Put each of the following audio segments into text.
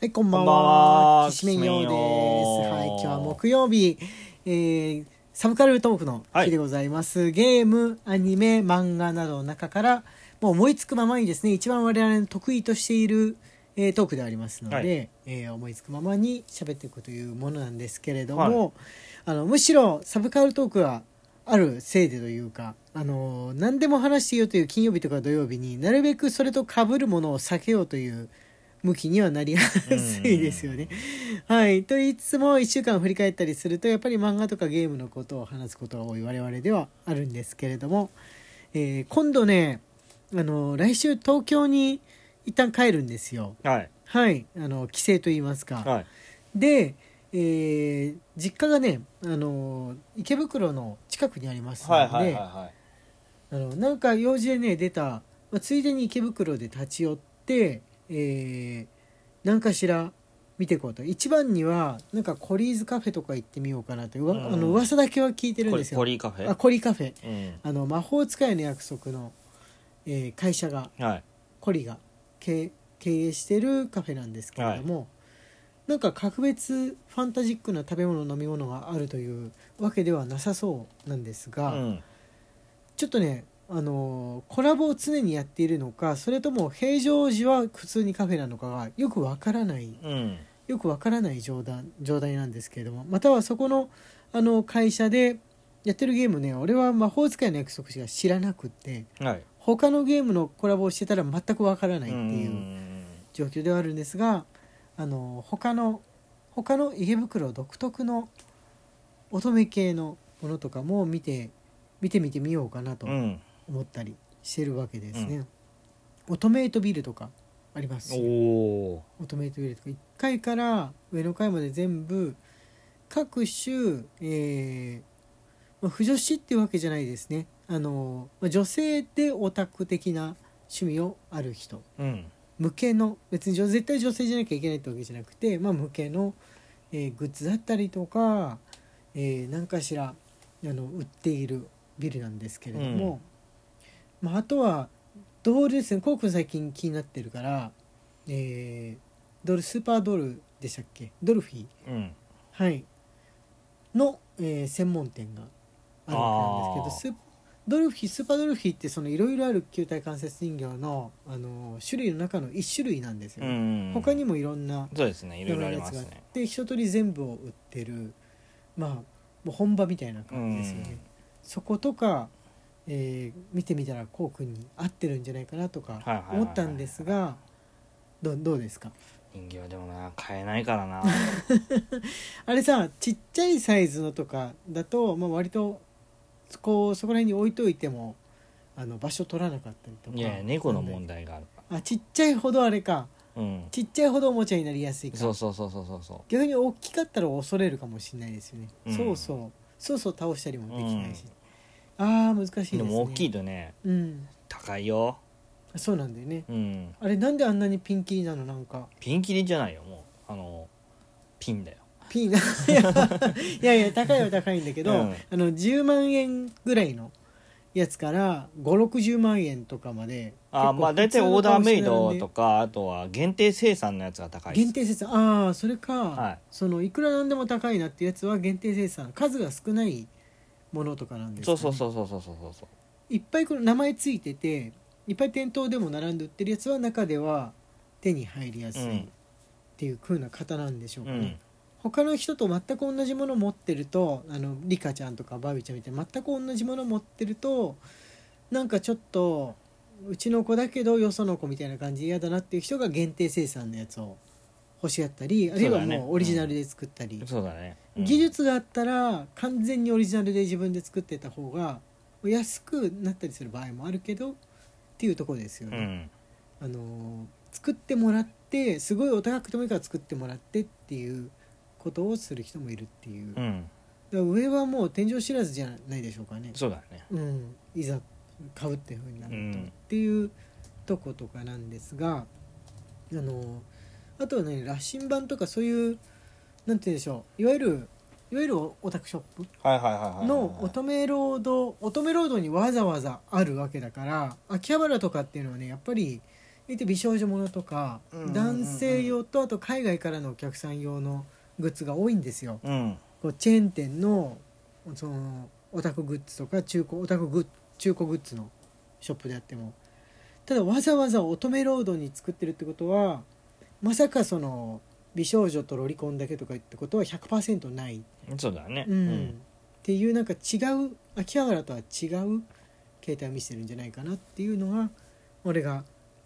はい、こんばんこんばんは。はきしめんようきしめんよです。うはい、今日は木曜日、えーサブカルトークのは日いでございます。ゲーム、アニメ、漫画などの中から、もう思いつくままにですね、一番我々の得意としている、えートークでありますので、はいえー思いつくままに喋っていくというものなんですけれども、あのむしろサブカルトークはあるせいでというか、あのー何でも話していいよという金曜日とか土曜日になるべくそれと被るものを避けようという向きにはなりやすいですよね。はい、と言いつつも1週間振り返ったりするとやっぱり漫画とかゲームのことを話すことが多い我々ではあるんですけれども、えー今度ねあの来週東京に一旦帰るんですよ。はいはい、あの帰省と言いますか。はいで、えー実家がねあの池袋の近くにありますので、はいはいはあのなんか用事でね出た、まあ、ついでに池袋で立ち寄って、えー何かしら見ていこうと一番にはなんかコリーズカフェとか行ってみようかなという、わうんあの噂だけは聞いているんコでリすよコリーカフあェコリーカフェうんあの魔法使いの約束の、えー会社がはいコリが経経営してるカフェなんですけれども、なんか格別ファンタジックな食べ物飲み物があるというわけではなさそうなんですうが、んちょっとねあのーコラボを常にやっているのかそれとも平常時は普通にカフェなのかがよくわからないうんよくわからない状態状態なんですけれどもまたはそこのあの会社でやってるゲームね俺は魔法使いの約束しか知らなくってはい他のゲームのコラボをしてたら全くわからないっていううん状況ではあるんですがあの他の他の池袋独特の乙女系のものとかも見て見てみてみようかなとうん思ったりしてるわけですね。乙女エイトビルとかありますおしお乙女エイトビルとか1階から上の階まで全部各種、えーまあ、不女子っていうわけじゃないですねあの、まあ、女性でオタク的な趣味をある人うん向けの別に女絶対女性じゃなきゃいけないってわけじゃなくて、まあ、向けの、えーグッズだったりとか、えー何かしらあの売っているビルなんですけれども、まあ、あとはドールですねこうくん最近気になってるから、えードルスーパードルでしたっけドルフィー、うんはい、の、えー専門店があるわけなんですけどスドルフィースーパードルフィーってそのいろいろある球体関節人形の、あの種類の中の1種類なんですよ、うん他にもいろんなそうですねいろいろありやまつがあすっねて一通り全部を売ってるまあもう本場みたいな感じですよね、うんそことか、えー見てみたらこうくんに合ってるんじゃないかなといはいかはいはい思ったんですがどどうですか人形でもな買えないからなあれさちっちゃいサイズのとかだと、まあ、割とこうそこら辺に置いといてもあの場所取らなかったりとかいやいや猫の問題があるかあちっちゃいほどあれからうんちっちゃいほどおもちゃになりやすいかそうそうそうそうそうそ逆に大きかったら恐れるかもしれないですよね、うんそうそうそうそう倒したりもできないし、あー難しいですうでねも大きいとねうん高いよそうなんだよねうんあれなんであんなにピンキリなのなんかピンキリじゃないよもうあのピンだよピーな いやいや高いは高いんだけど、うんあの10万円ぐらいのやつから560万円とかまであーまあ大結体構オ普ー通ダのー顔してメイド並んでとかあとは限定生産のやつが高いです限定生産ああそれか、はいい、そのいくらなんでも高いなっていうやつは限定生産数が少ないものとかなんですかそねうそうそうそうそうそうそういっぱいこの名前ついてていっぱい店頭でも並んで売ってるやつは中では手に入りやすういっんていう風な方なんでしょううかね、ん他の人と全く同じものを持ってるとあのリカちゃんとかバービーちゃんみたいに全く同じものを持ってるとなんかちょっとうちの子だけどよその子みたいな感じで嫌だなっていう人が限定生産のやつを欲しがったりあるいはそうだねもうオリジナルで作ったり、そうだね、うん技術があったら完全にオリジナルで自分で作ってた方が安くなったりする場合もあるけどっていうところですようね。んあのー作ってもらってすごいお高くてもいいから作ってもらってっていうことをする人もいるっていう、うだかんら上はもう天井知らずじゃないでしょうかね、そうだねうん、いざ買うっていうふうになうると、っんていうとことかなんですがあのーあとはね羅針盤とかそういうなんて言うんでしょういわゆるいわゆるオタクショップはいはいはいはいの乙女ロード乙女ロードにわざわざあるわけだから秋葉原とかっていうのはねやっぱり言って美少女ものとか、うんうんうん男性用とあと海外からのお客さん用のグッズが多いんですよ。うんこうチェーン店のそのオタクグッズとか中古オタクグッ中古グッズのショップであってもただわざわざ乙女ロードに作ってるってことはまさかその美少女とロリコンだけとかってことは100%ない、そうだねうんっていうなんか違う秋葉原とは違う形態を見せてるんじゃないかなっていうのが俺が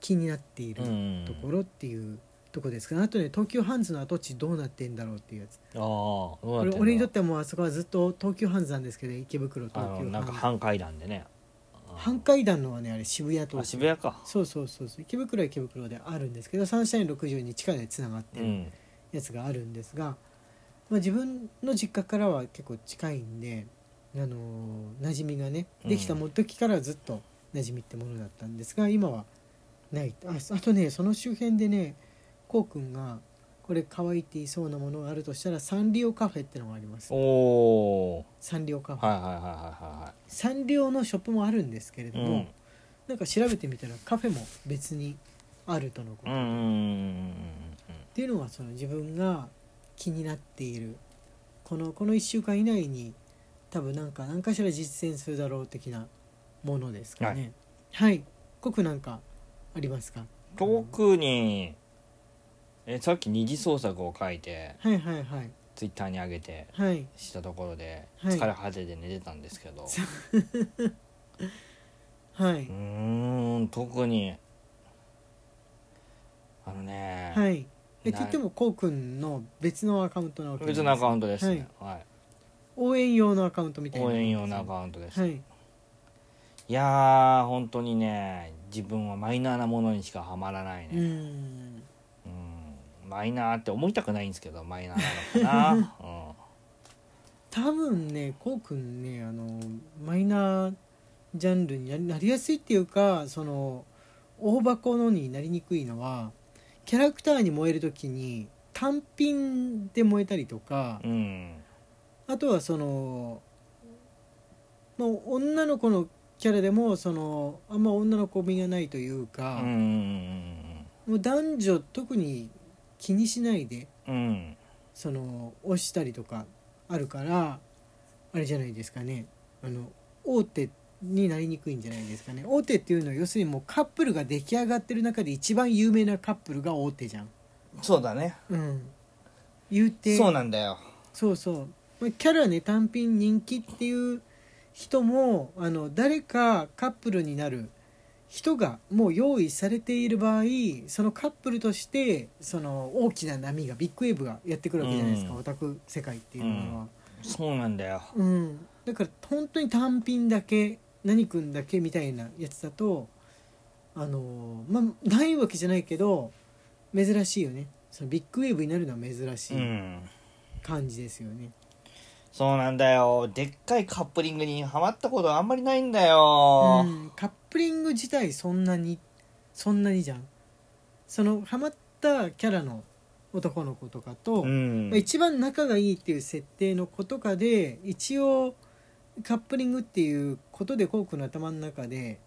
気になっているうんうんところっていうとこですかねあとね東急ハンズの跡地どうなってんだろうっていうやつああどうなってん俺だ俺にとってはもうあそこはずっと東急ハンズなんですけど池袋あ東の急なんかハンズ半階段でね半階段のはねあれ渋谷とあ渋谷かそうそうそうそう池袋は池袋であるんですけどサンシャイン60に地下でつながってうるんやつがあるんですが、まあ、自分の実家からは結構近いんで、あのー馴染みがねできたも時からずっと馴染みってものだったんですが今はないああとねその周辺でねこうくんがこれ可愛いって言いそうなものがあるとしたらサンリオカフェってのがありますおおサンリオカフェはいはいはいはいはサンリオのショップもあるんですけれいどはいも、なんか調べてみたらカフェも別にあるとのこと、うんうっんうんていうのがその自分が気になっているこのこの1週間以内に多分なんか何かしら実践するだろう的なものですかねはい濃くなんかありますか特にえさっき二次創作を書いてはいはいはいツイッターに上げてはいしたところではい疲れ果てて寝てたんですけど、はういーん特にあのね、はいえないって言ってもこうくんの別のアカウントなわけなんです別のアカウントですね、はい応援用のアカウントみたいな応援用のアカウントです、、はいいやー本当にね自分はマイナーなものにしかハマらないうね、ーうんんマイナーって思いたくないんですけどマイナーなの かな、多分ねこうくんねあのマイナージャンルになりなりやすいっていうかその大箱のになりにくいのはキャラクターに燃える時に単品で燃えたりとかうん、うんあとはそのもう女の子のキャラでもそのあんま女の子味がないといううか、んもう男女特に気にしないでうんうんその押したりとかあるからあれじゃないですかねあの大手になりにくいんじゃないですかね大手っていうのは要するにもうカップルが出来上がってる中で一番有名なカップルが大手じゃん。そうだねうん、言うてそうなんだよそうそうまあキャラね単品人気っていう人もあの誰かカップルになる人がもう用意されている場合そのカップルとしてその大きな波がビッグウェーブがやってくるわけじゃないですか、うんオタク世界っていうのは、そうなんだようんだから本当に単品だけ何君だけみたいなやつだとあのまあないわけじゃないけど珍しいよねそのビッグウェーブになるのは珍しういん感じですよね。そうなんだよでっかいカップリングにはまったことあんまりないんだよ、うんカップリング自体そんなにそんなにじゃんそのハマったキャラの男の子とかと、うんまあ一番仲がいいっていう設定の子とかで一応カップリングっていうことでコークの頭の中で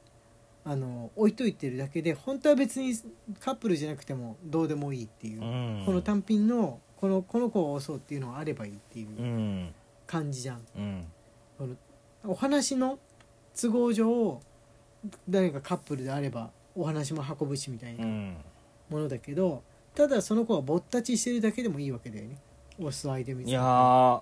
あの置いといてるだけで本当は別にカップルじゃなくてもどうでもいいっていう、うんこの単品のこのこの子を押そうっていうのがあればいいっていううん感じじゃん。うんお話の都合上誰かカップルであればお話も運ぶしみたいうなんものだけど、ただその子はぼったちしてるだけでもいいわけだよねお酢相手みいやー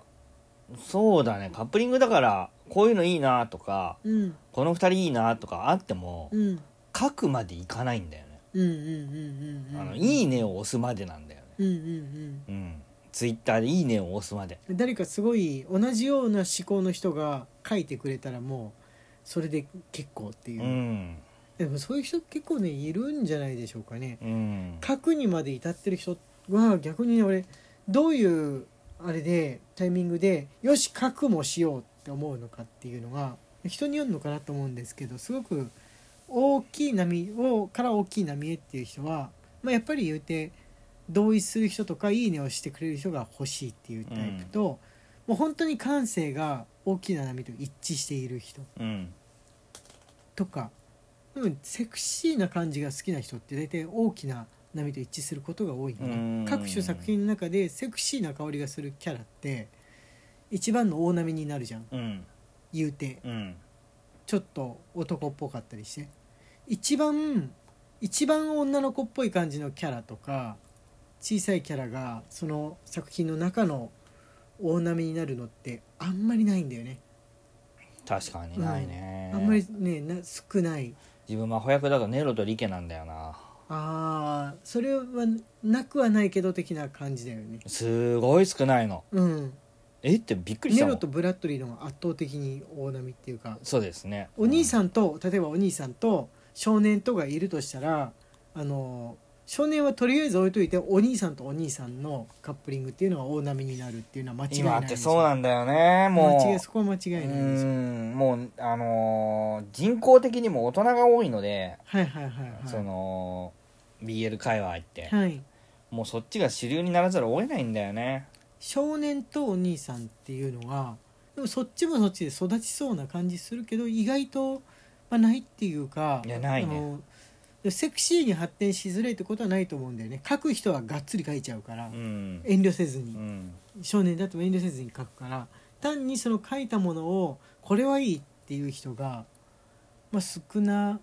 そうだねカップリングだからこういうのいいなとかうんこの2人いいなとかあってもうん書くまでいかないんだよね、うんうんうんうんうんあのいいねを押すまでなんだよねうんうんうんツイッターでいいねを押すまでうん誰かすごい同じような思考の人が書いてくれたらもうそれで結構っていう、うんでもそういう人結構ねいるんじゃないでしょうかねうん書くにまで至ってる人は逆にね俺どういうあれでタイミングでよし書くもしようって思うのかっていうのが人によるのかなと思うんですけどすごく大きい波をから大きい波へっていう人は、まあ、やっぱり言うて同意する人とかいいねをしてくれる人が欲しいっていうタイプと、もう本当に感性が大きな波と一致している人うんとかうん、セクシーな感じが好きな人って大体大きな波と一致することが多いようんね各種作品の中でセクシーな香りがするキャラって一番の大波になるじゃんうん言うてうんちょっと男っぽかったりして一番一番女の子っぽい感じのキャラとか小さいキャラがその作品の中の大波になるのってあんまりないんだよね確かにないね、あんまりねな少ない自分は子役だとネロとリケなんだよなあーそれはなくはないけど的な感じだよねすごい少ないのうんえってびっくりしネたもロんとブラッドリーの方が圧倒的に大波っていうかそうですねお兄ん、さんと例えばお兄さんと少年とがいるとしたらあの少年はとりあえず置いといてお兄さんとお兄さんのカップリングっていうのが大波になるっていうのは間違い今なっいんでてすそうなんだよねもう間違いそこは間違いないんですうよんもうあのー人口的にも大人が多いので、はいはいはいはいその BL 界隈って、はいもうそっちが主流にならざるを得ないんだよね少年とお兄さんっていうのがでもそっちもそっちで育ちそうな感じするけど意外と、まあ、ないっていうかいやないねあのでもセクシーに発展しづらいってことはないと思うんだよね書く人はがっつり書いちゃうから、うん、遠慮せずうにん、少年だと遠慮せずに書くから単にその書いたものをこれはいいっていう人が、まあ、少な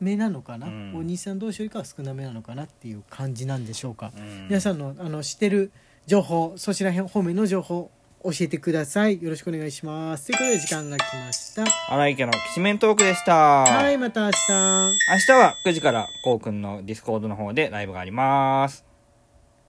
めなのかな、うんお兄さん同士よりかは少なめなのかなっていう感じなんでしょうか。うん皆さんのあの知ってる情報そちら方面の情報教えてくださいよろしくお願いしますということで時間が来ました荒井家のきしめんトークでした、はいまた明日明日は9時からこうくんのディスコードの方でライブがあります